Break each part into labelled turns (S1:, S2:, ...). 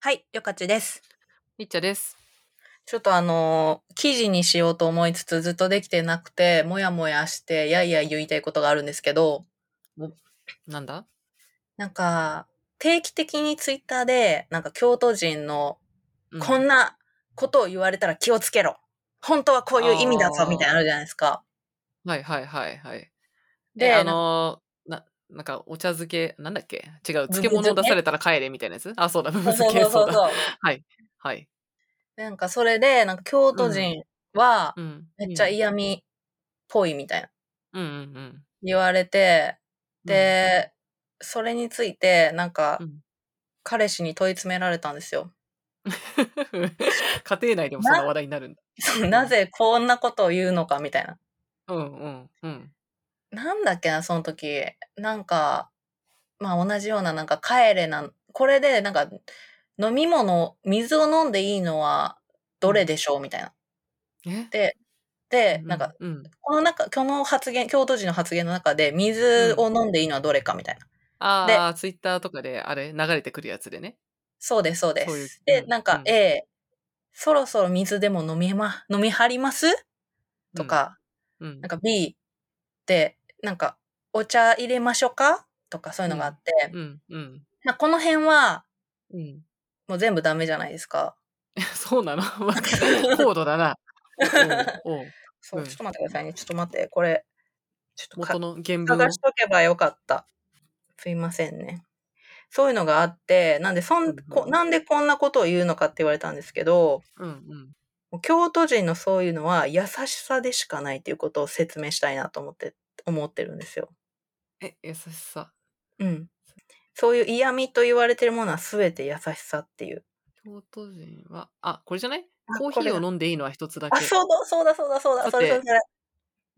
S1: はい、よかちです。
S2: みっちゃです。
S1: ちょっとあのー、記事にしようと思いつつずっとできてなくて、もやもやして、やいやい言いたいことがあるんですけど、
S2: お、なんだ
S1: なんか、定期的にツイッターで、なんか京都人の、
S2: うん
S1: こんなことを言われたら気をつけろ。本当はこういう意味だぞ、
S2: あー
S1: みたいなのあるじゃないですか。
S2: はいはいはいはい。で、
S1: で
S2: あのーな、なんかお茶漬け、なんだっけ違う、
S1: ぶぶ
S2: 漬物を出
S1: 漬け
S2: されたら帰れみたいなやつあ、そうだ、ぶ
S1: そ
S2: ぶ
S1: うそ
S2: 漬
S1: う
S2: け、
S1: そう
S2: そ
S1: そううそ
S2: だ。
S1: う。
S2: はい。はい。
S1: なんかそれで、なんか京都人は
S2: う、ん。
S1: めっちゃ
S2: うん。
S1: 嫌味っぽいみたいな
S2: うんうんうん。
S1: 言われて、
S2: うん
S1: で、それについて、なん
S2: う
S1: か
S2: ん
S1: 彼氏に問い詰められたんですよ。
S2: 家庭内でもそんな
S1: な、
S2: 話題になるんだ。
S1: そう
S2: う。
S1: なんぜこんなことを言うのかみたいな。
S2: うんうんうん。
S1: なんだっけな、その時。なんか、まあ同じような、なんか帰れなん、これでなんか飲み物、水を飲んでいいのは
S2: う
S1: どれ
S2: ん。
S1: でしょうみたいな。
S2: え
S1: で、
S2: う
S1: で、なん
S2: ん
S1: か、
S2: うん
S1: この中、この発言、京都人の発言の中で、
S2: う
S1: 水
S2: ん。
S1: を飲んでいいのはどれかみたいな。で、
S2: ああ、ツイッターとかで、あれ、流れてくるやつでね。
S1: そうです、そうで
S2: そういう、
S1: す。
S2: う
S1: で、
S2: ん、
S1: なん
S2: う
S1: か、
S2: ん、
S1: A、そろそろ水でも飲みま、飲み張ります
S2: う
S1: と
S2: ん、
S1: か、
S2: う
S1: なん
S2: ん、
S1: か B で、なんか、お茶入れましょうかとかそういう
S2: う
S1: のがあ
S2: ん、
S1: って、
S2: うん、うん。
S1: なんかこの辺は
S2: うん
S1: もう全部ダメじゃないですか。
S2: そうなの なんか、高度だ な。おう、おう、
S1: そうう、ちょっ
S2: ん。
S1: と待ってくださいね。ちょっと待って、これ、ちょっと
S2: 元
S1: か、
S2: の原文
S1: 探し
S2: を。
S1: とけばよかった。すいませんね。そういうのがあって、なんで、そ、
S2: うん
S1: こ、
S2: ん、
S1: なんでこんなことを言うのかって言われたんですけど、
S2: うん、うん。
S1: もう京都人のそういうのは優しさでしかないっていうことを説明したいなと思って、思ってるんですよ。
S2: え、優しさ。
S1: うん。そういう嫌味と言われてるものは全て優しさっていう。
S2: 京都人は、あ、これじゃない
S1: あ、
S2: コー
S1: こ
S2: ヒ
S1: れ
S2: ーを
S1: だ。
S2: 飲んでいいのは一つだ
S1: あ、
S2: け。
S1: そうだ、そうだ、そうだ、そうだ、
S2: だっ
S1: それそれ
S2: て、
S1: それ。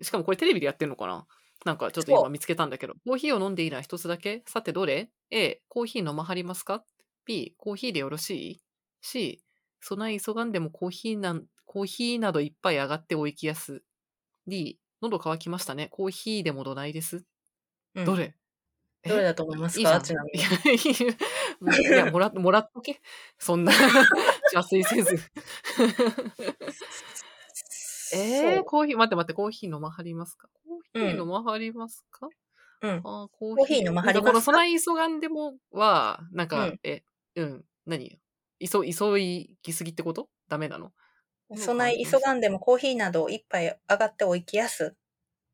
S2: しかもこれテレビでやってんのかななんかちょっと今
S1: そ
S2: 見つけたんだけど、コーヒーを飲んでいいのは一つだけさてどれ ?A、コーヒー飲まはりますか ?B、コーヒーでよろしい ?C、そない急がんでもコーヒーなん、コーヒーなどいっぱい上がっておいきやす。D、喉乾きましたね。コーヒーでもどないです。
S1: う。う
S2: ど
S1: ん。
S2: れ
S1: どれ
S2: え
S1: だと思います
S2: いいじ
S1: か
S2: ゃん。
S1: ちなみ
S2: いや、
S1: に。
S2: いいもういやもら、もらっとけ。そんな 邪推せず。 えー、
S1: そ
S2: コーヒー、待って待って、コーヒー飲まはりますかコー
S1: う。う
S2: ヒー飲
S1: ん。
S2: まはりますか
S1: うん。
S2: あーコー
S1: コーヒー
S2: ヒ
S1: 飲
S2: ー。
S1: ま
S2: な
S1: はり
S2: んかこ
S1: ま
S2: の
S1: す
S2: そ
S1: か
S2: ない急がんでもは、なん
S1: う
S2: か、え、うん、何急、急いぎすぎってことダメなの
S1: ん。
S2: 喉
S1: そな
S2: 乾
S1: い
S2: き
S1: 急
S2: ました。
S1: がんでもコーヒーなど一杯上がっておいきやす。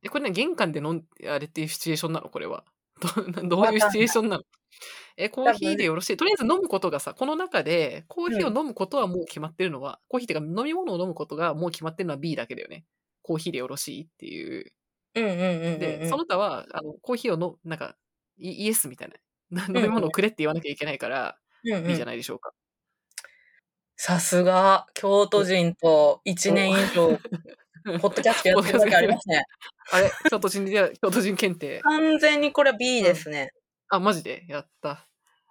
S2: え、これね、玄関で飲ん、あれっていうシチュエーションなのこれは。どどう
S1: わ
S2: いうシ
S1: か
S2: チ
S1: ん
S2: ュエー
S1: ない。
S2: ションなの え、コー
S1: 多
S2: ヒー
S1: 分、
S2: でよろしい。とりあえず飲むことがさ、この中で、コー
S1: う
S2: ヒーを
S1: ん。
S2: 飲むことはもう決まってるのは、コーヒーっていうか飲み物を飲むことがもう決まってるのは B だけだよね。コーヒーでよろしいっていう。
S1: うんうんうん
S2: で、
S1: うんう
S2: そ
S1: ん。
S2: の他は、あの、コーヒーをの、なんか、イイエスみたい
S1: う
S2: な。な飲
S1: んう
S2: み物を
S1: ん。
S2: くれって言わなきゃいけないから、
S1: うんう
S2: B じゃ
S1: ん。
S2: ないでしょうか。
S1: さすが、京都人と1
S2: お、お、
S1: 年以上、 ポッドキャストやっ
S2: ポ
S1: てる
S2: ッドキャス
S1: だ
S2: ト
S1: けあり
S2: や
S1: ま
S2: って
S1: すね。
S2: あれ京都人で、京都人検定。
S1: 完全にこれ B
S2: う
S1: で
S2: ん。
S1: すね。
S2: あ、マジでやった。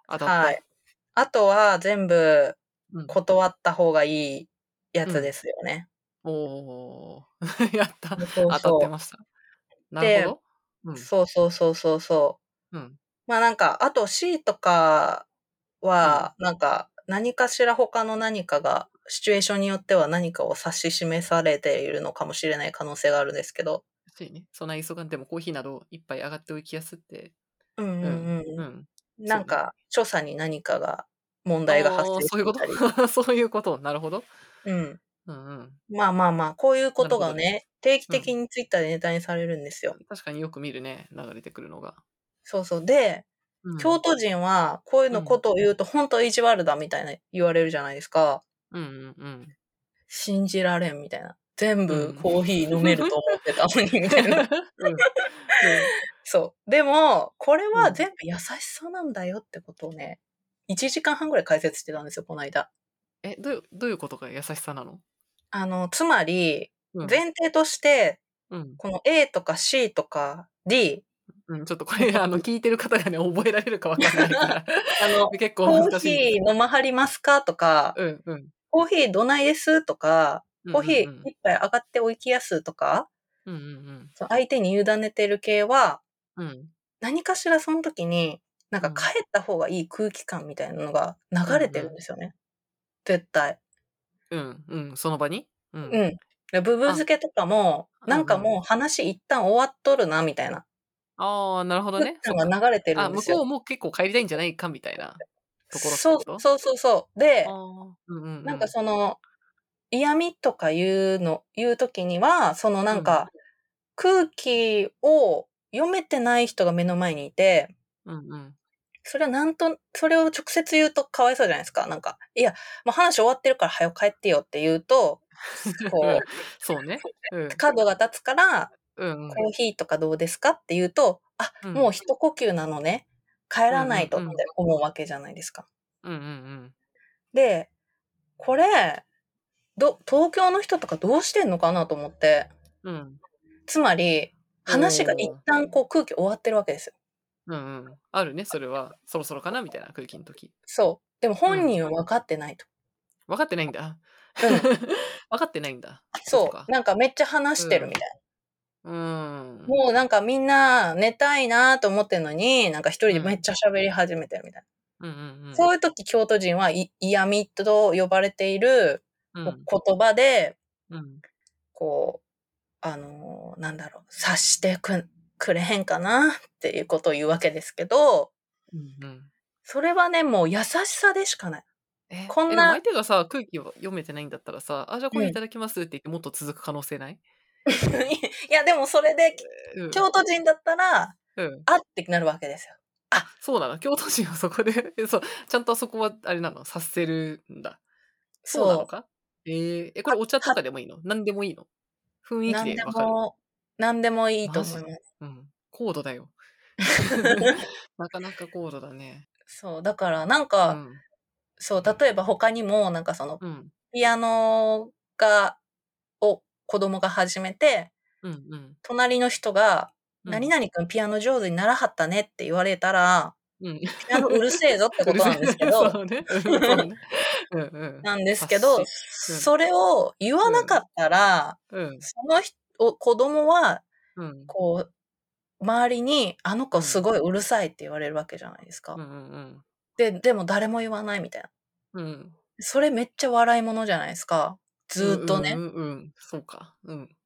S2: 当たっ
S1: は
S2: た。
S1: い。あとは全部
S2: うん。
S1: 断った方がいいや
S2: う
S1: つ
S2: ん。
S1: ですよね。
S2: おー。 やった。
S1: そう
S2: 当たって
S1: そ
S2: ました。
S1: う。
S2: なるほ
S1: で、
S2: ど。うん。
S1: そうそうそうそうそう。
S2: うん。
S1: まあなんか、あと C とか
S2: うん。
S1: は、なんか、何かしら他の何かが、シチュエーションによっては何かを指し示されているのかもしれない可能性があるんですけど。
S2: ついね。そんな急がんでもコーヒーなど一杯上がっておいきやすって。
S1: うん
S2: う。
S1: うんんうん。
S2: うん。
S1: な
S2: そうんね。
S1: か、著作に何かが、問題が発
S2: あー、
S1: 生し
S2: そういう
S1: て
S2: こ
S1: い
S2: と
S1: たり。
S2: そういうこと。なるほど。
S1: うん。
S2: うんうん。
S1: まあまあまあ、こういうこ
S2: なる
S1: と
S2: ほ
S1: が
S2: ど。
S1: ね、定期
S2: う
S1: 的
S2: ん。
S1: にツイッターでネタにされるんですよ。
S2: 確かによく見るね。流れてくるのが。
S1: そうそう。で、
S2: う
S1: 京
S2: ん。
S1: 都人は、こういう
S2: う
S1: のこ
S2: ん。
S1: とを言うと、本当意地悪だみたいな言われるじゃないですか。
S2: うん うんうん。
S1: 信じられんみたいな。全
S2: う
S1: 部
S2: ん。
S1: コーヒー飲めると思ってたのに、みたい な。
S2: うん。ね
S1: そう。でも、これ
S2: う
S1: は
S2: ん。
S1: 全部優しさなんだよってことをね、1時間半ぐらい解説してたんですよ、この間。
S2: え、どういう、どういうことが優しさなの
S1: あの、つまり、
S2: うん。
S1: 前提として、
S2: うん。
S1: この A とか C とか D
S2: うん、ちょっとこ
S1: の
S2: れ、
S1: こ
S2: あの、
S1: と。
S2: 聞いてる方がね、覚えられるかわかんないから
S1: あ の、
S2: 結構
S1: コー
S2: 難しいんです
S1: ヒ
S2: け
S1: ー
S2: ど。
S1: 飲まはりますかとか、
S2: うんうん。
S1: コーヒーどないですとか、
S2: うん
S1: コー
S2: う
S1: ヒー
S2: んうん。
S1: 一杯上がっておいきやすとか、
S2: うんうん
S1: その相手に委ねてる系は、
S2: うん。うん。
S1: 何かしらその時に、なんか
S2: うん
S1: 帰った方がいい空気感みたいなのが流れてるんですよね。絶対。
S2: うん、うん、その場にうん。
S1: うん。でブブ漬けとかも、
S2: あ
S1: なんか
S2: うん
S1: もう話一旦終わっとるな、みたいな。
S2: ああ、なるほど
S1: 空
S2: ね
S1: 気。感が流れてる
S2: あ、
S1: んで
S2: 向
S1: す
S2: こ
S1: よ。
S2: うも結構帰りたいんじゃないかみたいなところって
S1: そ
S2: こと
S1: うそうそうそう。で、
S2: あーうんうん、
S1: なんかその、嫌味とか言うの、言うときには、そのなんか、空気を読めてない人が目の前にいて、
S2: うん、うんうん。
S1: それはなんと、それを直接言うとかわいそうじゃないですか。なんか、いや、もう話終わってるから早く帰ってよって言うと、こ
S2: そうね。うん
S1: う、角が立つから、
S2: うんうん。
S1: コーヒーとかどうですかって言うと、あ、
S2: うん
S1: もう一呼吸なのね、帰らないと
S2: う
S1: っ
S2: んうんうん
S1: て思うわけじゃないですか。
S2: うんうんうん。
S1: で、これ、ど、東京の人とかどうしてんのかなと思って、
S2: うん。
S1: つまり、話が一旦こう空気終わってるわけですよ。
S2: うんうん。あるね、それは。そろそろかなみたいな空気の時。
S1: そう。でも本人は分かってないと。
S2: 分かってないんだ。
S1: うん
S2: 分かってないんだ。
S1: そ
S2: か
S1: う。なんかめっちゃ話してるみたいな。
S2: うん。
S1: もうなんかみんな寝たいなと思ってんのに、なんか一人でめっちゃ喋り始めてるみたい
S2: うんうんうん。
S1: な。そういう時京都人はい嫌味と呼ばれている
S2: う
S1: こ
S2: ん。
S1: 言葉で、
S2: うん。
S1: こう、あのーなんだろう、察してくくれへんかなっていうことを言うわけですけど、
S2: うんうん。
S1: それはね、もう優しさでしかない。
S2: え
S1: こんな
S2: えでも相手がさ、空気を読めてないんだったらさ、あ、じゃあこ
S1: う
S2: れ
S1: ん
S2: いただきますって言ってもっと続く可能性ない、
S1: いや、でもそれで
S2: うん、
S1: 京都人だったら、
S2: うん。
S1: あってなるわけですよ。
S2: そうなの。京都人はそこで え、そう、ちゃんとあそこは、あれなの、察せるんだ。そうなのかえー、え、これお茶とかでもいいの何でもいいの雰囲
S1: 何
S2: 気
S1: で
S2: でわかる。
S1: も、何でもいいと思い
S2: マ
S1: ます。
S2: うん。高度だよ。 なかなか高度だね。
S1: そう、だからなん
S2: う
S1: か、
S2: ん。
S1: そう、例えば他にも、なんかその、
S2: うん。
S1: ピアノが、を子供が始めて、
S2: うん。うん。
S1: 隣の人が、
S2: うん
S1: 何々くんピアノ上手にならはったねって言われたら、
S2: うん。
S1: ピアノうるせえぞってことなんですけ
S2: うるせえ
S1: ど、
S2: そうね。 うんそうねうん。うん
S1: なんですけど
S2: 察、
S1: それを言わなかったら、
S2: うん。
S1: その人、子供は、
S2: うん。
S1: こう、周りに、あの子すごいうるさいって言われるわけじゃないですか。
S2: うん。うん。
S1: で、でも誰も言わないみたいな。
S2: うん。
S1: それめっちゃ笑いものじゃないですか。ずーっとね。
S2: うん。うんうん。そうか。うん。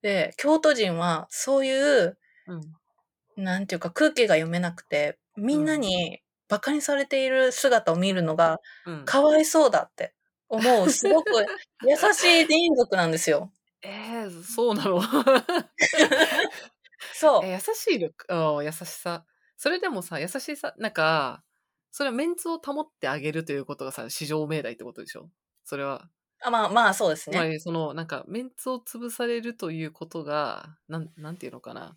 S1: で、京都人はそういう、
S2: うん。
S1: なんていうか空気が読めなくて、みんなに馬鹿にされている姿を見るのが
S2: うん。
S1: かわいそうだって思う、すご く優しい民族なんですよ。
S2: えー、そうなの
S1: そう。
S2: え優しいのあー優しさそれでもさ優しさなんかそれはメンツを保ってあげるということがさ至上命題ってことでしょそれは
S1: あまあまあそうです
S2: つま
S1: ね。
S2: りそのなんかメンツを潰されるということがなんなんていうのかな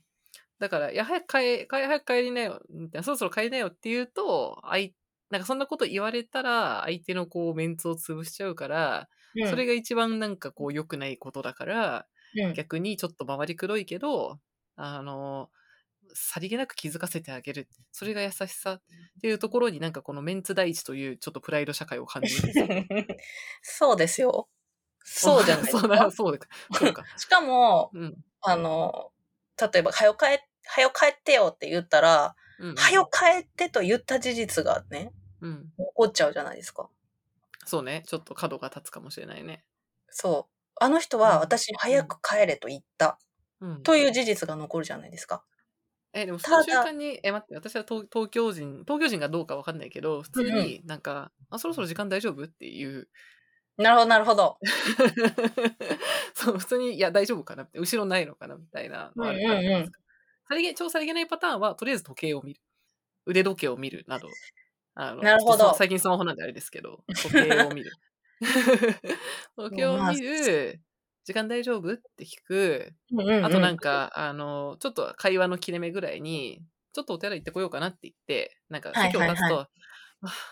S2: だからいや早く帰帰早く帰りなよみたいなそろそろ帰りなよっていうとあいなんかそんなこと言われたら相手のこうメンツを潰しちゃうから、
S1: うん
S2: それが一番なんかこう良くないことだから
S1: うん
S2: 逆にちょっと周り黒いけど、あの、さりげなく気づかせてあげる。それが優しさっていうところになんかこのメンツ第一というちょっとプライド社会を感じるんですよ。
S1: そうですよ。 そうじゃないです
S2: そうだ、
S1: か。
S2: そうだ。そうか。
S1: しかも、
S2: うん。
S1: あの、例えば、はよ帰、はよ帰ってよって言ったら、
S2: うんうん。
S1: はよ帰ってと言った事実がね、
S2: うん。
S1: 怒っちゃうじゃないですか。
S2: そうね。ちょっと角が立つかもしれないね。
S1: そう。あの人
S2: うん
S1: は私に早く帰れと言った
S2: うん。
S1: という事実が残るじゃないですか。
S2: え、でもそ
S1: ただ
S2: の瞬間に、え、待って、私は東東京人、東京人がどうかわかんないけど、普通になんか、あ、そろそろ時間大丈夫っていう
S1: なるほど、なるほど。
S2: そう、普通に、いや、大丈夫かなって後ろないのかなみたいなのあるじゃないですか。さりげ、超さりげないパターンは、とりあえず時計を見る。腕時計を見るなど。あの
S1: なるほど
S2: ちょっと最近スマホなんであれですけど、時計を 見る。 時計を見る、時間大丈夫って聞く。
S1: うんうんうん
S2: あとなんか、あの、ちょっと会話の切れ目ぐらいに、ちょっとお手洗い行ってこようかなって言って、なんか
S1: はい
S2: 席を立つと、
S1: はいはい
S2: はあ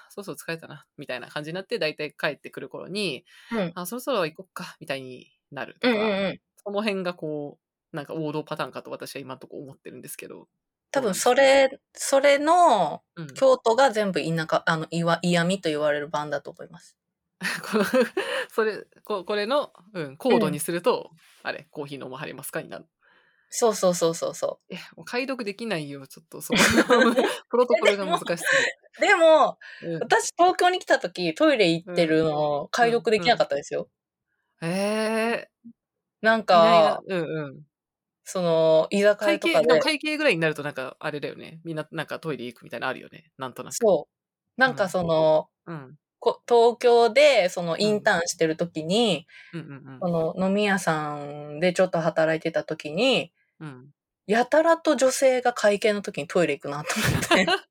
S2: そろそろ疲れたな、みたいな感じになって、だいたい帰ってくる頃に、
S1: うん
S2: あ、そろそろ行こっか、みたいになると
S1: うん
S2: か、
S1: うんうん。
S2: その辺がこう、なんか王道パターンかと私は今のところ思ってるんですけど。
S1: 多分それ、それの
S2: うん、
S1: 京都が全部田舎、あの、いわ嫌味と言われる番だと思います。
S2: このそれこ、これの、うん、コードにすると、あれ、コーヒー飲まはれますかになる。
S1: そうそうそうそうそ
S2: え、もう解読できないよ、ちょっと、その プロトコルが難しす
S1: う。でも、
S2: ぎる。うん
S1: 私東京に来た時トイレ行ってるのを解読できなかったですよ。
S2: え
S1: なん
S2: ー、いない
S1: か
S2: な、うんうん。
S1: その、居酒屋
S2: 会
S1: と
S2: 計、
S1: か
S2: でも
S1: で。
S2: 会計ぐらいになるとなんか、あれだよね。みんな、なんかトイレ行くみたいなのあるよね。なんとなく。
S1: そう。なんかその、
S2: うん。うん
S1: こ東京で、そのインターンしてる時に、
S2: うん
S1: その飲み屋さんでちょっと働いてた時に、
S2: うん。うん。
S1: やたらと女性が会計の時にトイレ行くなと思って。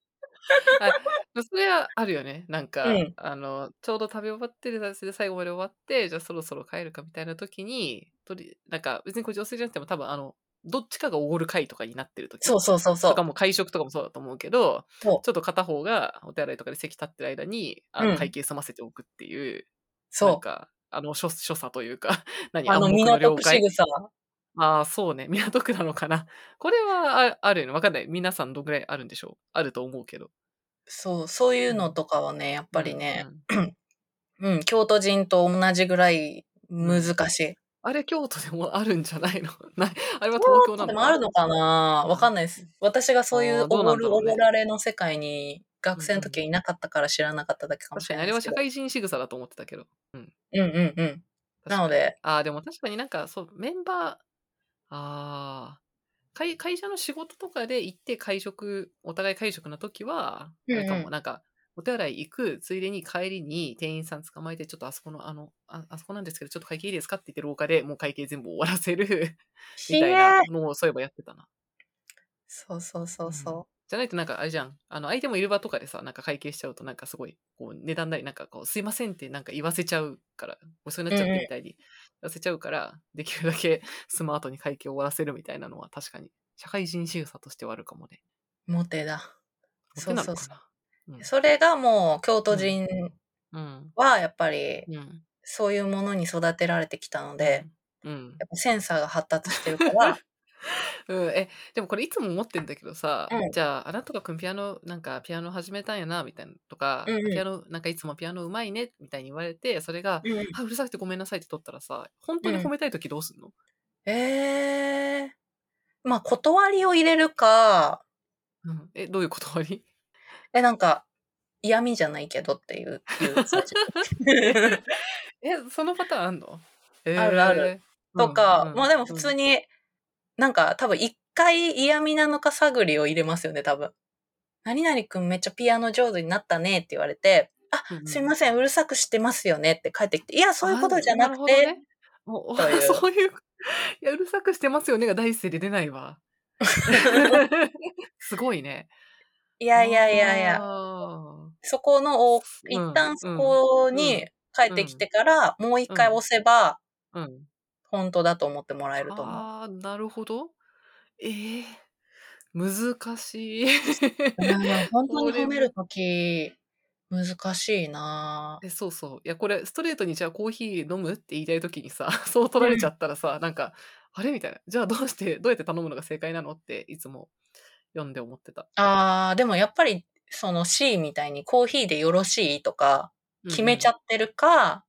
S2: あそれはあるよね。なんか、
S1: うん
S2: あの、ちょうど食べ終わってるで最後まで終わって、じゃあそろそろ帰るかみたいな時に、とり、なんか、別にこれ女性じゃなくても多分あの、どっちかがおごる会とかになってる時
S1: そうそうそうそ
S2: と
S1: う
S2: か。も会食とかもそうだと思うけど、ち
S1: そ
S2: ょっと片方がお手洗いとかで席立ってる間に、あ
S1: うん
S2: の会計済ませておくっていう、
S1: そ
S2: なん
S1: う。
S2: か、あの、所所作というか、 何、
S1: あの、
S2: 暗黙の
S1: 港
S2: 了
S1: 区
S2: 解
S1: 仕草。
S2: ああ、そうね。港区なのかな。 これはああ るよね。わかんない。皆さんどんぐらいあるんでしょうあると思うけど。やっ
S1: そう、そういうのとかはね、やっぱりね、うん、京都人と同じぐらい難しい。
S2: あれ、京都でもあるんじゃないの ないあれは
S1: 京
S2: 東
S1: 都
S2: 京な
S1: で
S2: の
S1: もあるのかなわかんないです。私がそういう
S2: あーど
S1: お
S2: うな
S1: ご
S2: んだ
S1: る
S2: ろ
S1: お
S2: うね
S1: ごられの世界に学生の時はいなかったから知らなかっただけかも
S2: 確
S1: し
S2: か
S1: れな
S2: に、あ
S1: い
S2: れ
S1: で
S2: は
S1: すけ
S2: 社
S1: ど。
S2: 会人仕草だと思ってたけど。うん。
S1: うんうんうん。
S2: 確か
S1: な
S2: に
S1: ので、
S2: ああ、でも確かになんか、そう、メンバー、ああ、会会社の仕事とかで行って会食、お互い会食の時は、
S1: うんうん
S2: あれかもなんか、お手洗い行く、ついでに帰りに店員さん捕まえて、ちょっとあそこの、あの、ああそこなんですけど、ちょっと会計いいですかって言って廊下でもう会計全部終わらせる、 みたい
S1: ひえ
S2: なのをそういえばやってたな。
S1: そうそうそう
S2: う
S1: そ
S2: じゃないとなんかあれじゃん。あの、相手もいる場とかでさ、なんか会計しちゃうとなんかすごい、こう、値段なりなんかこう、すいませんってなんか言わせちゃうから、遅くなっちゃってみたいに言わせちゃうから、できるだけ スマートに会計を終わらせるみたいなのは確かに、社会人仕草としてはあるかもね。
S1: う。モテだ。
S2: そうなの
S1: そう
S2: か
S1: そう
S2: な。うん
S1: それがもう、京都人
S2: うん。
S1: はやっぱり、
S2: うん。
S1: そういうものに育てられてきたので、
S2: うん。
S1: やっぱセンサーが発達してるから、
S2: うん、え、でもこれいつも思ってんだけどさ、
S1: うん
S2: じゃあ、あなたがくんピアノ、なんかピアノ始めたんやな、みたいな、とか、
S1: うんうん
S2: ピアノ、なんかいつもピアノうまいね、みたいに言われて、それが、
S1: うん
S2: あ、 うるさくてごめんなさいって撮ったらさ、本当に褒めたい時どうすんの、
S1: ええまあ、断りを入れるか、
S2: うんえ、どういう 断り
S1: え、なんか、嫌味じゃないけどっていう。いう 最初
S2: え、そのパターンあんの、え
S1: あるある。とか、まあでも普通
S2: に。
S1: に、なんか多分一回嫌味なのか探りを入れますよね、多分。何々くんめっちゃピアノ上手になったねって言われて、あ、
S2: うんうん
S1: すいません、うるさくしてますよねって帰ってきて、いや、そういうことじゃなく
S2: ある
S1: て、
S2: ほどねもうお
S1: そういう
S2: そういう、いや、うるさくしてますよねが第一声で出な いわ。すごいね。
S1: い
S2: い
S1: やいやいやいや、
S2: や。
S1: そこのお、
S2: うん
S1: 一旦そこに帰ってきてから、もう一回押せば、
S2: うん。
S1: 本当だと思ってもらえると思う。
S2: ああ、なるほど。ええ難しい。
S1: いやいや本当に
S2: これ
S1: 褒めるとき、難しいなぁ
S2: えそうそう。いや、これ、ストレートにじゃあコーヒー飲むって言いたいときにさ、 そう取られちゃったらさ、なんか、あれみたいな。じゃあどうして、どうやって頼むのが正解なのって、いつも読んで思ってた。
S1: あー、でもやっぱり、その C みたいにコーヒーでよろしいとか、決めちゃ
S2: っ
S1: ってるか、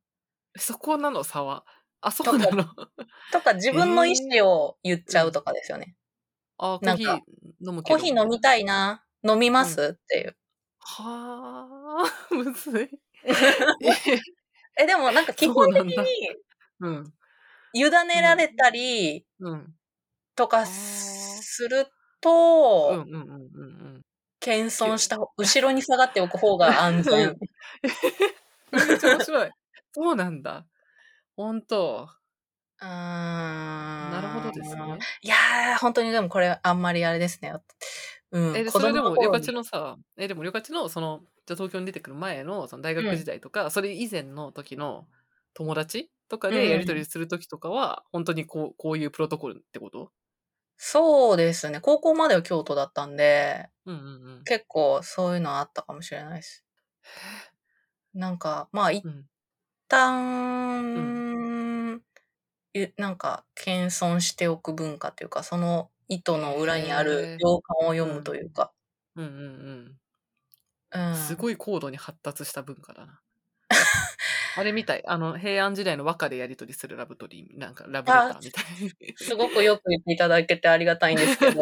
S2: そこなの、差は。あ、そうなの。
S1: とか自分の意思を言っちゃうとかですよね。
S2: あー、コ
S1: な
S2: ー
S1: ん
S2: ヒ
S1: か
S2: ー飲むけ
S1: コ
S2: ど。
S1: ーヒー飲みたいな、飲みます、っていう。
S2: はあ、 むずい。
S1: え、でもなんか基本的に
S2: そうなんだうん。
S1: 委ねられたり
S2: うん。
S1: と
S2: あ
S1: か
S2: ー
S1: する
S2: うんう
S1: と
S2: ん、うんうんうん。
S1: 謙遜した方、後ろに下がっておく方 が安全。
S2: めっちゃ面白い。そうなんだ。本当。
S1: な
S2: なるほどですね。。
S1: いやー、本当にでもこれあんまりあれですね。うん。
S2: え、で
S1: 子
S2: そ
S1: 供
S2: れで
S1: の
S2: も、
S1: 頃
S2: りょ
S1: に
S2: かちのさ、え、でも、りょかちの、その、じゃあ東京に出てくる前の、その大
S1: うん
S2: 学時代とか、それ以前の時の友達とか
S1: うんうん
S2: でやりとりする時とかは、本当にこう、こういうプロトコルってこと
S1: そうですね。高校までは京都だったんで、
S2: うんうんうん。
S1: 結構そういうのはあったかもしれないです。なんか、まあ、一
S2: うん
S1: 旦、ゆなんか、謙遜しておく文化というか、その意図の裏にあ
S2: へー
S1: る行間を読むというか。
S2: うんうん
S1: う。
S2: うん ん。すごい高度に発達した文化だな。あれみたい。あの、平安時代の和歌でやり取りするラブトリー、なんかラブレターみたい
S1: すごくよく言っていただけてありがたいんですけ ど。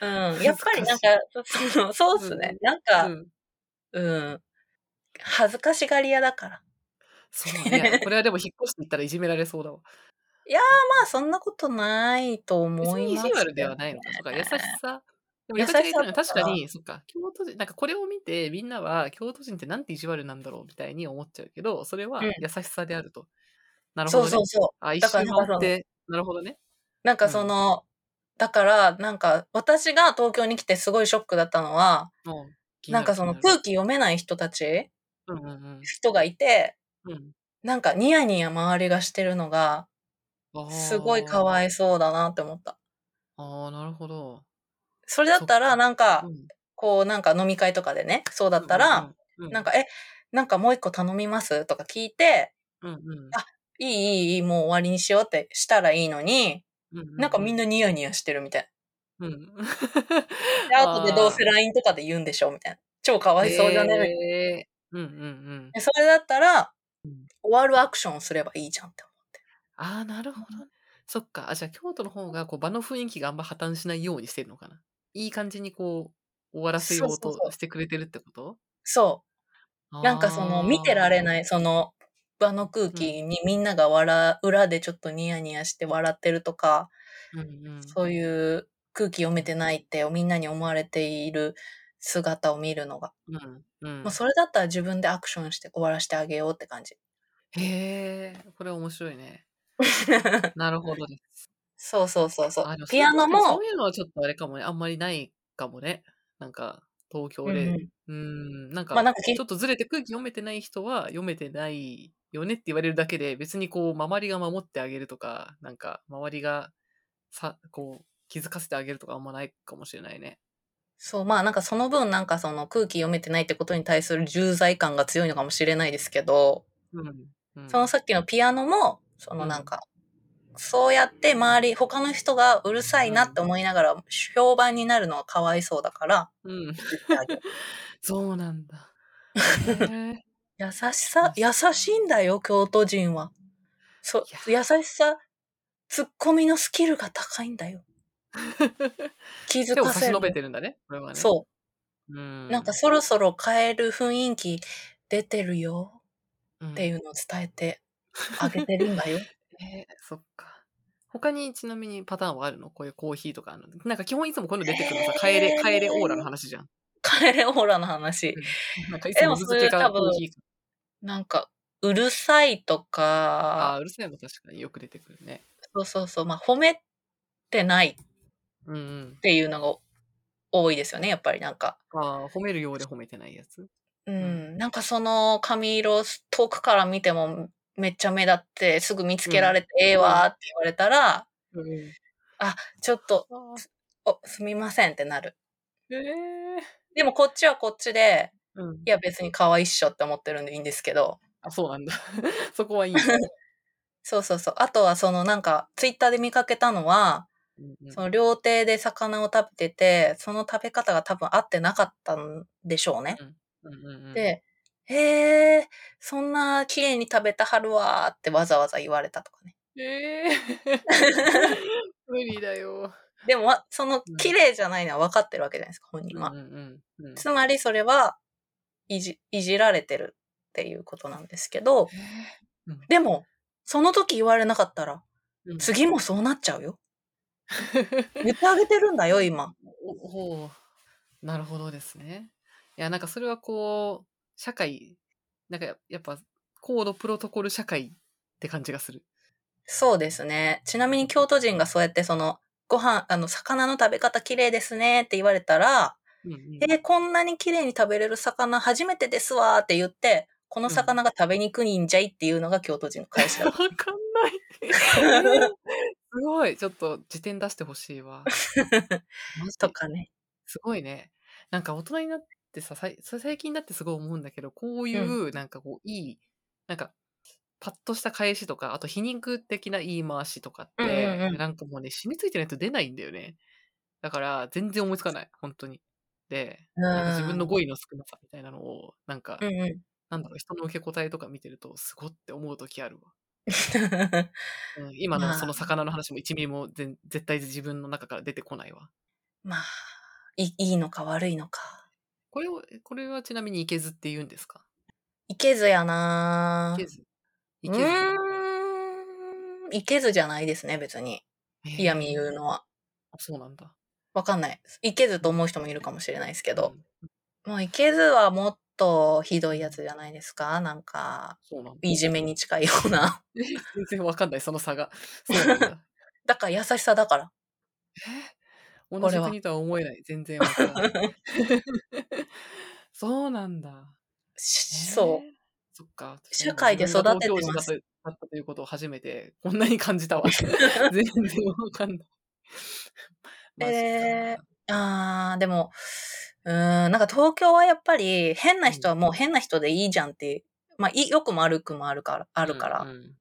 S1: うん、やっぱりなんか、そ のそうっすね。なん
S2: な。
S1: か、
S2: うん
S1: うん。恥ずかしがり屋だから。
S2: そうね。これはでも引っ越していったらいじめられそうだわ。
S1: まあ、そんなことないと
S2: 別
S1: 思
S2: に
S1: い
S2: 意
S1: ます、
S2: 地悪ではないのか。とか、優しさ。でも
S1: 優
S2: 優
S1: し
S2: し
S1: さ
S2: さ
S1: とか
S2: がいたのは確かに、そっか、京都人、なんかこれを見て、みんなは、京都人ってなんて意地悪なんだろうみたいに思っちゃうけど、それは
S1: うん
S2: 優しさであると。なる
S1: そう
S2: ほど、ね。
S1: そうそう。
S2: あ、一
S1: だから
S2: 周
S1: なんか
S2: 回って、なるほどね。
S1: なんかその、だから、なんか、私が東京に来てすごいショックだったのは、
S2: うん気に
S1: なん
S2: る
S1: かその
S2: 気にな
S1: 空
S2: る
S1: 気読めない人たち、
S2: うんうん
S1: 人がいて、
S2: うんうん
S1: なんかニヤニヤ周りがしてるのが、
S2: あー。
S1: すごいかわいそうだなって思った。
S2: ああ、なるほど。
S1: それだった
S2: そ
S1: ら、
S2: っか
S1: なんか
S2: う、ん
S1: こう、なんか飲み会とかでね、そうだったら、、なん
S2: か、
S1: か、え、なんかもう一個頼みますとか聞いて、
S2: うんうん
S1: いい、いい、いい、もう終わりにしようってしたらいいのに、
S2: うう
S1: なんかみん、なニヤニヤしてるみたい
S2: うん
S1: な。で、後でどうせ LINE とかで言うんでしょみたいな。超かわいそうじゃねみたいな
S2: へーうんうんうん。
S1: でそれだったら
S2: うん、
S1: 終わるアクションをすればいいじゃんって
S2: ああ、なるほどね。そっか。あ、じゃあ京都の方がこう場の雰囲気があんま破綻しないようにしてるのかな。いい感じにこう、終わらせよう
S1: そうそう
S2: と
S1: そう
S2: してくれてるってこと。
S1: 思う。そう。なんかその、見てられないい、その、場の空気にみんなが笑う、裏でちょっとニヤニヤして笑ってるとか、
S2: うんうん、
S1: そういう空気読めてないってみんなに思われている姿を見るのが。
S2: うんうん
S1: もうそれだったら自分でアクションして終わらせてあげようって感じ。
S2: へえ、これ面白いね。なるほどです。
S1: そうそうそうそ
S2: あで
S1: う
S2: も。
S1: ピアノ
S2: そう
S1: も
S2: そう、いうのはちょっとあれかもね。あんまりないかもね。なんか、東京で。
S1: うん
S2: うーん、なんか、
S1: まあなんかき
S2: ちょっとずれて空気読めてない人は読めてないよねって言われるだけで、別にこう、周りが守ってあげるとか、なんか、周りがさ、こう、気づかせてあげるとかあんまないかもしれないね。
S1: そう、まあなんかその分なんかその空気読めてないってことに対する重罪感が強いのかもしれないですけど、
S2: うん。うん、
S1: そのさっきのピアノも、そのなんか、そうやって周り、他の人がうるさいなって思いながら評判になるのはかわいそうだ から、
S2: う
S1: 言
S2: ん。
S1: ってあげる
S2: そうな んだ。へえ
S1: 優しさ、優しいんだよ、京都人は。そ
S2: い
S1: 優しさ、ツッコミのスキルが高いん だよ。気づ
S2: 手を
S1: か
S2: 差
S1: せ
S2: し
S1: る
S2: 伸。べてるんだね。これはね。。
S1: そうう。
S2: ん。
S1: なんかそろそろ変える雰囲気出てるよ。
S2: うん、
S1: っていうのを伝えてあげてるんだ よ。
S2: えー、そっか。他にちなみにパターンはあるのこういうコーヒーとかあるのなんか基本いつもこういうの出てくるのさ、
S1: えー
S2: 帰れ、帰れオーラの話じゃん。
S1: カエレオーラの話。
S2: なんかいつも水漬けかコーヒーか。
S1: なんか、うるさいと
S2: あ
S1: か、
S2: あー、うるせえも確かによく出てくるね。
S1: そうそうそう、まあ、褒めてないっ
S2: うんうん。
S1: ていうのが多いですよね、やっぱりなんか。
S2: ああ、褒めるようで褒めてないやつ。
S1: うん、
S2: う
S1: なんかその髪色、遠くから見てもめっちゃ目立って、すぐ見つけられて、ええわーって言われたら、
S2: うん。
S1: ちょっと、
S2: あー
S1: お、すみませんってなる。
S2: ええ
S1: でもこっちはこっちで、
S2: ー。うん
S1: い。や別に可愛いっしょって思ってるんでいいんですけど、
S2: あ、そうなんだ。 そこはいいんだ。
S1: そうそうそう。あとはそのなんか、ツイッターで見かけたのは、
S2: うんうん
S1: その料亭で魚を食べてて、その食べ方が多分合ってなかったんでしょうね。
S2: うんうんうん、
S1: で、へえ、そんな綺麗に食べたはるわーってわざわざ言われたとかね。
S2: ええ無理だよ。
S1: でもわ、その
S2: うん
S1: 綺麗じゃないのは分かってるわけじゃないですか、本人は。
S2: うんうんうんうん
S1: つまりそれはいじ、いじられてるっていうことなんですけど、でも、その時言われなかったら、
S2: うん
S1: 次もそうなっちゃうよ。言ってあげてるんだよ、今。
S2: お おうなるほどですね。いや、なんかそれはこう、社会、なんかややっぱ、高度プロトコル社会って感じがする。
S1: そうですね。ちなみに京都人がそうやってその、ご飯、あの、魚の食べ方綺麗ですねって言われたら、
S2: うんうん
S1: えーこんなに綺麗に食べれる魚初めてですわーって言って、この魚が食べにくいんじゃいっていうのが京都人の会社
S2: わ
S1: だ。
S2: かんない。えーすごい。ちょっと辞典出してほし いわ。マジ
S1: とかね。
S2: すごいね。なんか大人になってさ、さいさ最近だってすごい思うんだけど、こういう、なんかこう、いい、なんか、パッとした返しとか、あと皮肉的な言い回しとかって、
S1: うんうんうん
S2: なんかもうね、染みついてないと出ないんだよね。だから、全然思いつかない。本当に。で、なんか自分の語彙の少なさみたいなのを、なんか
S1: うんうん。
S2: なんだろう、人の受け答えとか見てると、すごって思う時あるわ。うん今の
S1: まあ
S2: その魚の話も1ミリも全絶対自分の中から出てこないわ。
S1: まあ、いいいのか悪いのか。
S2: これを、これはちなみにいけずって言うんですか
S1: いけずやないぁ
S2: けず。いうけず。
S1: ーん。いけずじゃないですね、別に。
S2: えー
S1: 嫌味言うのは。
S2: そうなんだ。
S1: わかんない。いけずと思う人もいるかもしれないですけど
S2: う。ん
S1: もういけずはもっとひどいやつじゃないですかなんか、
S2: そうなんだ。
S1: いじめに近いような。
S2: 全然わかんない、その差が。そうなんだ。
S1: だから優しさだから。
S2: 同
S1: こ
S2: じ
S1: れは
S2: 国とは思えない。全然わからない。 そうなんだ。。
S1: しそう
S2: そっか。
S1: 社会で育ててます
S2: 自分が同教師だとだったということを初めて、こんなに感 じたわ。全然わかんない。マジか
S1: えう。あー、でも、うーん、なんか東京はやっぱり変な人はもう変な人でいいじゃんって、まあ、い良くも悪くもあるから、あるから
S2: うんうん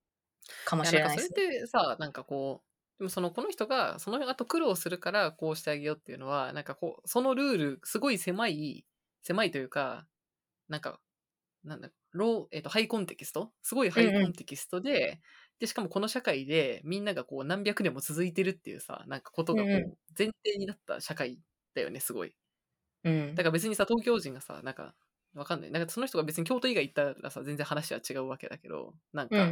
S1: かも
S2: いや
S1: し
S2: な
S1: れ
S2: ん
S1: な
S2: か
S1: い
S2: そ
S1: で
S2: れっ
S1: す。
S2: てさなんかこうでもそのこの人がその後苦労するからこうしてあげようっていうのはなんかこうそのルールすごい狭い狭いというかなんかなんだロー、えっとハイコンテキストすごいハイコンテキストで,、でしかもこの社会でみんながこう何百年も続いてるっていうさなんかことがこう
S1: うんう
S2: 前提になった社会だよねすごい
S1: うん
S2: だ。から別にさ東京人がさなんかわかんないなんかその人が別に京都以外行ったらさ全然話は違うわけだけどなん
S1: うん
S2: か、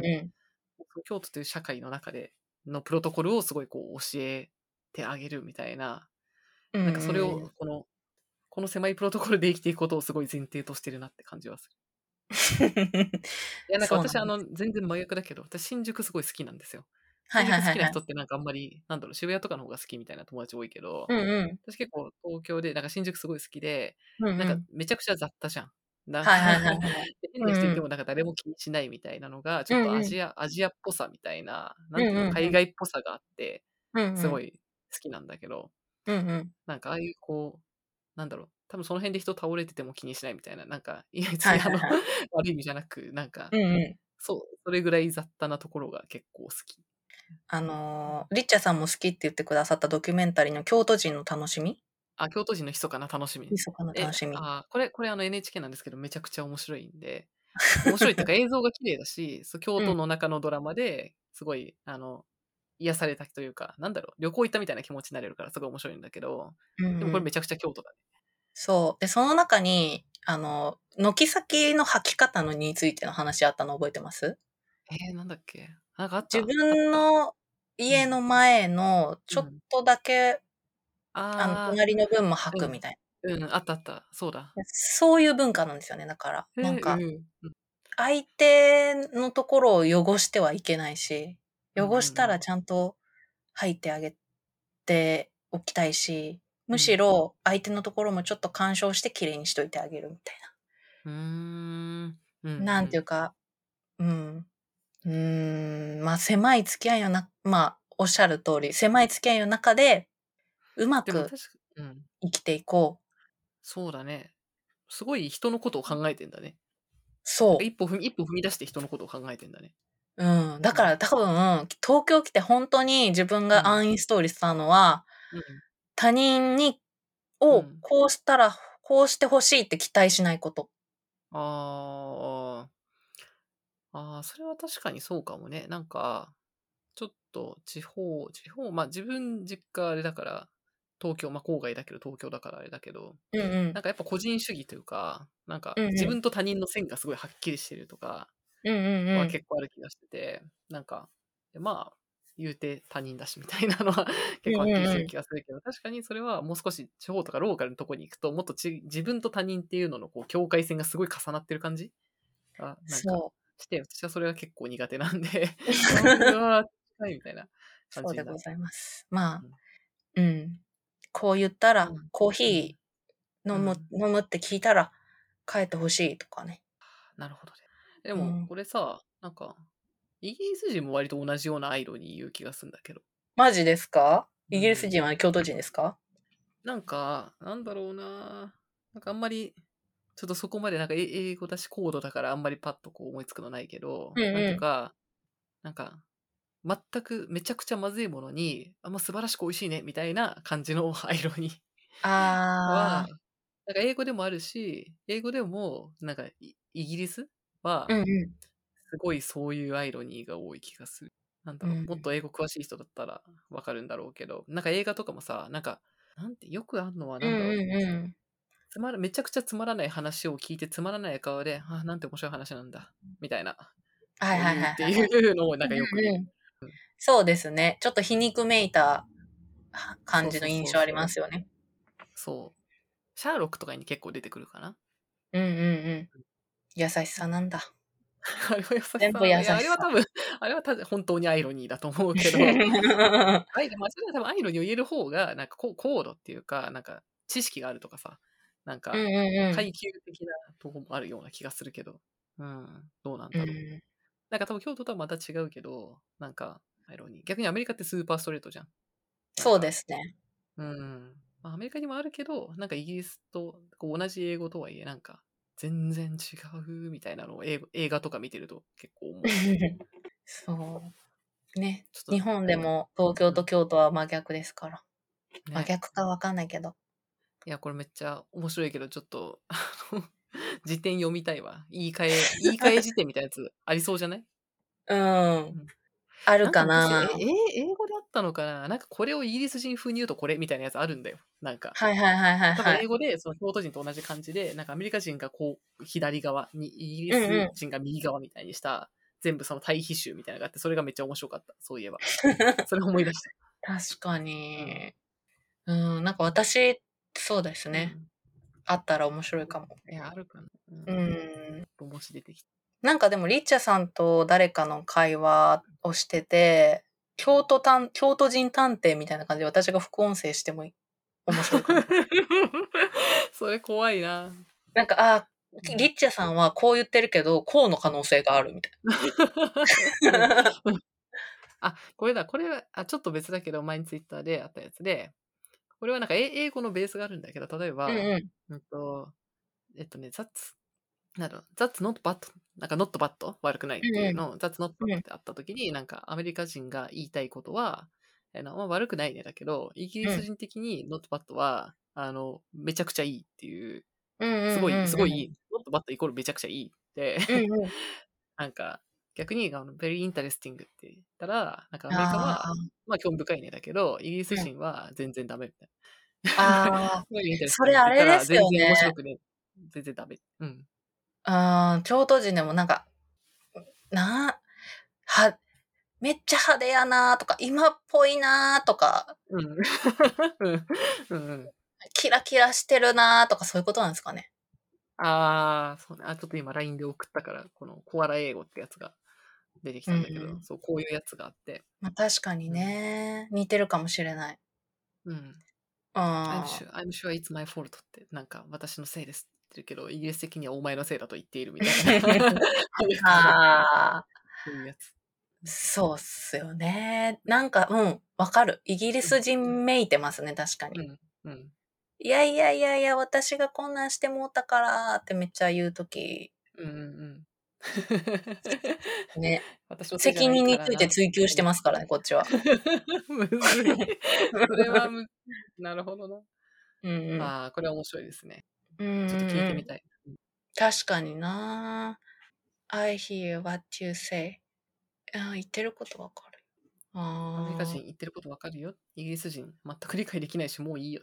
S1: う
S2: 京都という社会の中でのプロトコルをすごいこう教えてあげるみたいな、
S1: ん。
S2: なんかそれ
S1: うんうん
S2: をこの、この狭いプロトコルで生きていくことをすごい前提としてるなって感じはする。いや、なんか
S1: そうなん
S2: 私、
S1: です
S2: あの、全然真逆だけど、私、新宿すごい好きなんですよ。
S1: はいはい
S2: 新
S1: はい
S2: 宿好きな
S1: はい。
S2: 人ってなんかあんまり、なんだろう、渋谷とかの方が好きみたいな友達多いけど、
S1: うんうん
S2: 私結構東京で、なんか新宿すごい好きで、
S1: うんうん。
S2: なんかめちゃくちゃ雑多じゃん。なんか
S1: はいはいはいはい。
S2: で変な人いてもなんか誰も気にしないみたいなのが、ちょっとアジア、アジアっぽさみたいな、なんていう
S1: うんうんう
S2: の、
S1: ん
S2: 海外っぽさがあって、
S1: うんうん
S2: すご。い好きなんだけど、
S1: うんうん。
S2: なんかああいうこう、なんだろう、多分その辺で人倒れてても気にしないみたいな、なんか、いや、別
S1: はい
S2: にあ
S1: はい
S2: の、
S1: はい
S2: 悪い意味じゃなく、なんか、
S1: うんうん。
S2: そう、それぐらい雑多なところが結構好き。
S1: あのー、リッチャさんも好きって言ってくださったドキュメンタリーの京都人の楽しみ
S2: あ、京都人の密かな楽しみ。
S1: 密かな
S2: え
S1: 楽しみ。
S2: あこれ、これあの NHK なんですけど、めちゃくちゃ面白い んで、面白いっていうか映像が綺麗だし、そう京都の中のドラマですごい、あの、癒されたというか、なんだろう、旅行行ったみたいな気持ちになれるからすごい面白いんだけど、
S1: うんうん
S2: でもこれめちゃくちゃ京都だね。
S1: そう。で、その中に、あの、軒先の履き方のについての話あったの覚えてます
S2: えー、なんだっけなんかあった
S1: 自分の家の前のちょっとだけ、あの、
S2: あー
S1: 隣の分も履くみたいな。
S2: うん、あったあった。そうだ。
S1: そういう文化なんですよね、だから。なん
S2: う
S1: か
S2: ん、うん
S1: 相手のところを汚してはいけないし、汚したらちゃんと吐いてあげておきたいし、むしろ相手のところもちょっと干渉して綺麗にしといてあげるみたいう
S2: ーん。う
S1: な。なんていう
S2: か。
S1: か、うん。うーん、まあ狭い付き合いのな、まあおっしゃる通り、狭い付き合いの中で、うま
S2: でも
S1: く
S2: 確か、うん。
S1: 生きていこう。
S2: そうだね。すごい人のことを考えてんだね。
S1: そう。
S2: 一歩踏み、一歩踏み出して人のことを考えてんだね。
S1: うん。だから多分、東京来て本当に自分がアンインストールしたのは、
S2: うん。
S1: 他人に、
S2: う
S1: を
S2: ん
S1: こうしたら、こうしてほしいって期待しないこと。
S2: あーあー、それは確かにそうかもね。なんか、ちょっと地方、地方、まあ自分実家あれだから、東京、まあ郊外だけど東京だからあれだけど、
S1: うんうん
S2: なん。かやっぱ個人主義というか、なんか
S1: うんうん
S2: 自分と他人の線がすごいはっきりしてるとか
S1: うんうんう
S2: は
S1: ん。
S2: 結構ある気がしてて、なんか、まあ、言うて他人だしみたいなのは結構はっきりしてる気がするけど、確かにそれはもう少し地方とかローカルのとこに行くと、もっとち自分と他人っていうののこう境界線がすごい重なってる感じがなんか
S1: そ
S2: して、私はそれは結構苦手なん で、うわー、近いみたいな
S1: う。
S2: 感
S1: そう
S2: じ
S1: で
S2: に
S1: ご
S2: なる。
S1: ざいます。まあ、うん。こう言ったら
S2: うん、
S1: コーヒー飲む、飲むって聞いたら、帰ってほしいとかね。
S2: なるほどね。で
S1: う
S2: も
S1: ん、
S2: これさ、なんか、イギリス人も割と同じようなアイロニー言う気がするんだけど。
S1: マジですか
S2: うん
S1: イギリス人は京都人ですか
S2: なんか、なんだろうななんかあんまり、ちょっとそこまでなんかえ英語だしコードだからあんまりパッとこう思いつくのないけど、
S1: うんうん
S2: なんていうか、なんか、全くめちゃくちゃまずいものに、あんま素晴らしく美味しいねみたいな感じのアイロニー
S1: あ
S2: は
S1: あ。、
S2: なんか英語でもあるし、英語でも、なんかイイギリスは、
S1: うんうん。
S2: すごいそういうアイロニーが多い気がする。なんだろう、
S1: うん
S2: もっと英語詳しい人だったらわかるんだろうけど、なんか映画とかもさ、なんか、なんてよくあんのは、
S1: う
S2: なんんだろう、
S1: うんうん。
S2: つまら、めちゃくちゃつまらない話を聞いてつまらない顔で、あ、なんて面白い話なんだ、みたいな、
S1: はいはいはい。
S2: っていうのをなんかよく
S1: うんうんそうですね。ちょっと皮肉めいたは感じの印象ありますよね。
S2: そう。シャーロックとかに結構出てくるかな。
S1: うんうんうん。優しさなんだ。
S2: あれは優しさ。
S1: 全部優しさ
S2: いやあれは多分、あれは多分本当にアイロニーだと思うけ ど、
S1: う
S2: はい、でもあそれは多分アイロニーを言える方が、なんかこう高度っていうか、なんか知識があるとかさ、なんか
S1: んうんうん。
S2: 階級的なとこもあるような気がするけど、うん、どうなん
S1: う
S2: だろう。
S1: ん
S2: なんか多分京都とはまた違うけど、なんかアイロニー。逆にアメリカってスーパーストレートじゃん。
S1: そうですね。
S2: うん。まあ、アメリカにもあるけど、なんかイギリスとこう同じ英語とはいえ、なんか全然違うみたいなのを英語映画とか見てると結 構思う。
S1: そう。ね。
S2: ちょっと
S1: 日本でも東京と京都は真逆ですから。
S2: ね
S1: 真逆かわかんないけど。
S2: いや、これめっちゃ面白いけど、ちょっと、 あの、辞典読みたいわ。言い換え、言い換え辞典みたいなやつありそうじゃない
S1: うん。あるかな
S2: なんか私ええ英語であったのかななんかこれをイギリス人風に言うとこれみたいなやつあるんだよ。なんか。
S1: はいはいはいはい
S2: 多
S1: は
S2: 分英
S1: い。
S2: 語で、その京都人と同じ感じで、なんかアメリカ人がこう、左側に、イギリス人が右側みたいにした、全部その対比集みたいなのがあって、それがめっちゃ面白かった。そう いえば。それ思い出した。
S1: 確かに。うん、なんか私、そうですね。あったら面白いかも。
S2: うん。いや、あるかな。
S1: う
S2: うん。
S1: ん。
S2: もし出てきた。
S1: なんかでも、リッチャさんと誰かの会話をしてて、京都探京都人探偵みたいな感じで私が副音声してもい面白い かも。
S2: それ怖いな。
S1: なんか、あーリッチャさんはこう言ってるけど、こうの可能性があるみたいな。
S2: あ、これだ、これは、あ、ちょっと別だけど、前にツイッターであったやつで、これはなんかえ英語のベースがあるんだけど、例えば、
S1: うんうん。
S2: うんと、えっとね、that's, なんだろう、that's not bad, なんか not bad, 悪くないっていうのを、that's not
S1: うん
S2: bad ってあった時に、なんかアメリカ人が言いたいことは、あのまあ、悪くないねだけど、イギリス人的に not bad は、あの、めちゃくちゃいいっていう、
S1: うんうんうんうん
S2: すごい、すごいいい、not bad イコールめちゃくちゃいいって、
S1: うんうん。
S2: なんか、逆に、あの、very interesting って言ったら、なんかアメリカは
S1: あ、
S2: まあ興味深いねだけど、イギリス人は全然ダメみたい
S1: ーあ
S2: な。すごいインタレス
S1: それあれですよね
S2: 全然面白くね。全然ダメ。うん。
S1: ー、うん京都人でもなんか、な、は、めっちゃ派手やなーとか、今っぽいなーとか、
S2: うん。 うん うん。
S1: キラキラしてるなーとか、そういうことなんですかね。
S2: ああ、そうね。あ、ちょっと今 LINE で送ったから、このコアラ英語ってやつが出てきたんだけど、
S1: うんうん
S2: そう、こういうやつがあって。
S1: まあ確かにね、似てるかもしれない。
S2: うん。
S1: うん。
S2: I'm
S1: あ
S2: sure, I'm sure it's my fault って、なんか私のせいですって言ってるけど、イギリス的にはお前のせいだと言っているみたいな。
S1: あ
S2: そういうやつ。
S1: ー、そうっすよね。なんか、うん、わかる。イギリス人めいてますね、確かに。
S2: うん。
S1: いやいやいやいや、私がこんなんしてもうたからってめっちゃ言うとき、
S2: うんうん。
S1: ね、
S2: 私のせいじゃ
S1: 責
S2: ない
S1: 任に
S2: から
S1: ついて追求してますからね、こっち は。
S2: むずい。それはむなるほどな。
S1: うんうん。
S2: ああ、これは面白いですね。
S1: うん
S2: ちょっと聞いて
S1: うんう
S2: み
S1: ん
S2: たい。
S1: 確かにな I hear what you say. あー言ってることわかる。
S2: ア
S1: あ
S2: メリカ人
S1: ー
S2: 言ってることわかるよ。イギリス人全く理解できないし、もういいよ。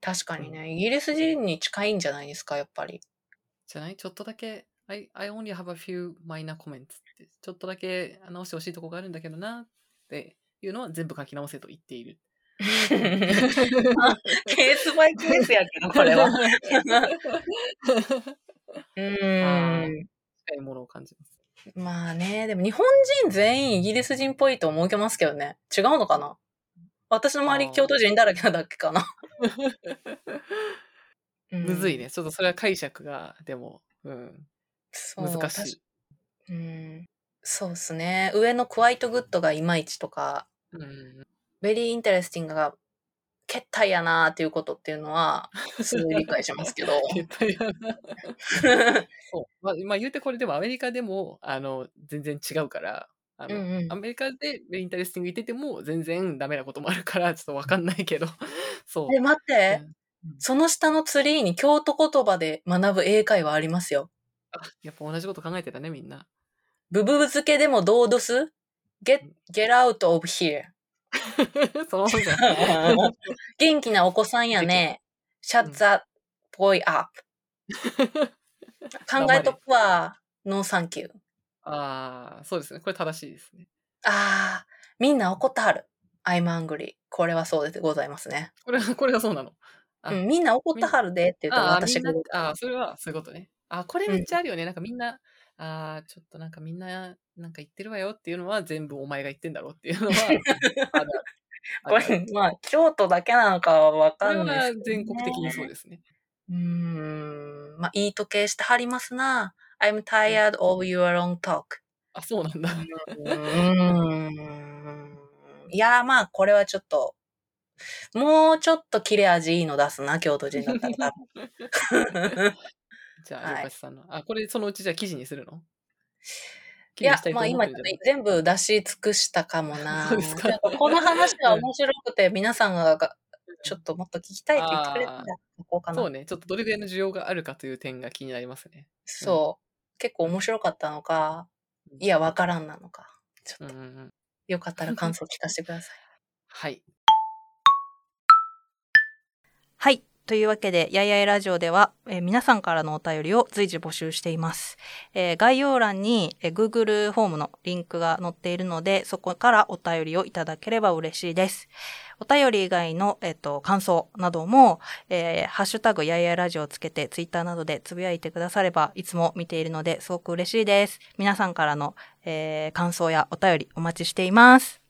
S1: 確かにね、イギリス人に近いんじゃないですか、やっぱ り。
S2: じゃないちょっとだけ、I, I only have a few minor comments って、ちょっとだけ直してほしいとこがあるんだけどなっていうのは全部書き直せと言っ ている。
S1: ケースバイケースやけど、これ は。うーん。
S2: 近いものを感じます。
S1: まあね、でも日本人全員イギリス人っぽいと思いけますけどね。違うのかな私の周
S2: あ
S1: り
S2: ー
S1: 京都人だらけなだけか な。うん
S2: むずいね。。ちょっとそれは解釈が、でも、うん、
S1: そう
S2: 難しい。
S1: 確うん。そうですね。上のクワイトグッドがいまいちとか、
S2: うん、
S1: ベリーインテレスティングが、決体やなーっていうことっていうのは、すごい理解します けど。
S2: 絶対やなそう。まあ、まあ、言うてこれでもアメリカでも、あの、全然違うから、あ
S1: う
S2: の、
S1: んうん
S2: ア。メリカでベイン タ レスティングいてても全然ダメなこともあるから、ちょっとわかんないけど、そう。
S1: え、待って。
S2: うん
S1: その下のツリーに京都言葉で学ぶ英会話ありますよ。
S2: あやっぱ同じこと考えてたね、み んな。
S1: ブブ漬けでもどうどす ?get, get out of here.
S2: そのままじゃん。
S1: 元気なお子さんやね。shut the boy up. 考えとくわ。no thank you.
S2: ああ、そうですね。これ正しいですね。
S1: あー、みんな怒ったはる。I'm angry. これはそうでございますね。
S2: これは、 これはそうなの。あ
S1: うん、みんな怒ったはるでって言うと
S2: あー
S1: 私
S2: み
S1: が
S2: んな。あーそれはそういうことね。あーこれめっちゃあるよね。なんかみんな、あーちょっとなんかみんな、なんか言ってるわよっていうのは全部お前が言ってんだろうっていうのは、 あるあ
S1: こ
S2: る
S1: れ、まあ、京都だけなのかはわ
S2: こ
S1: か
S2: れ
S1: んな
S2: はい
S1: ですけど、ね。
S2: 全国的にそうですね。
S1: うーん。まあ、いい時計してはりますな。I'm tired of your long talk.
S2: あ、そうなんだ。
S1: うーん。いやー、まあ、これはちょっと、もうちょっと切れ味いいの出すな、京都人だった ら多分。
S2: じゃ
S1: は
S2: あ、
S1: い
S2: よかしさんの。あ、これそのうちじゃあ記事にするの
S1: いや、まあ
S2: 思
S1: 今
S2: っ
S1: ちょ
S2: て
S1: っ
S2: る
S1: と
S2: じゃん
S1: 全部出し尽くしたかもな。
S2: そうですか
S1: やっぱこの話は面白くて、皆さんががちょっともっと聞きたいって言ってくれたら、こうかな。
S2: そうね。ちょっとどれぐらいの需要があるかという点が気になりますね。
S1: そう。結構面白かったのか、いや、わからんなのか。ち
S2: う
S1: ょ
S2: ん
S1: っ
S2: うん
S1: と、
S2: うん。
S1: よかったら感想聞かせてください。
S2: はい。
S1: はい。というわけで、やいやいラジオでは、えー皆さんからのお便りを随時募集しています。えー概要欄に、えー Google フォームのリンクが載っているので、そこからお便りをいただければ嬉しいです。お便り以外の、えっと、感想なども、えーハッシュタグやいやいラジオをつけて、Twitter などでつぶやいてくだされば、いつも見ているので、すごく嬉しいです。皆さんからの、えー感想やお便りお待ちしています。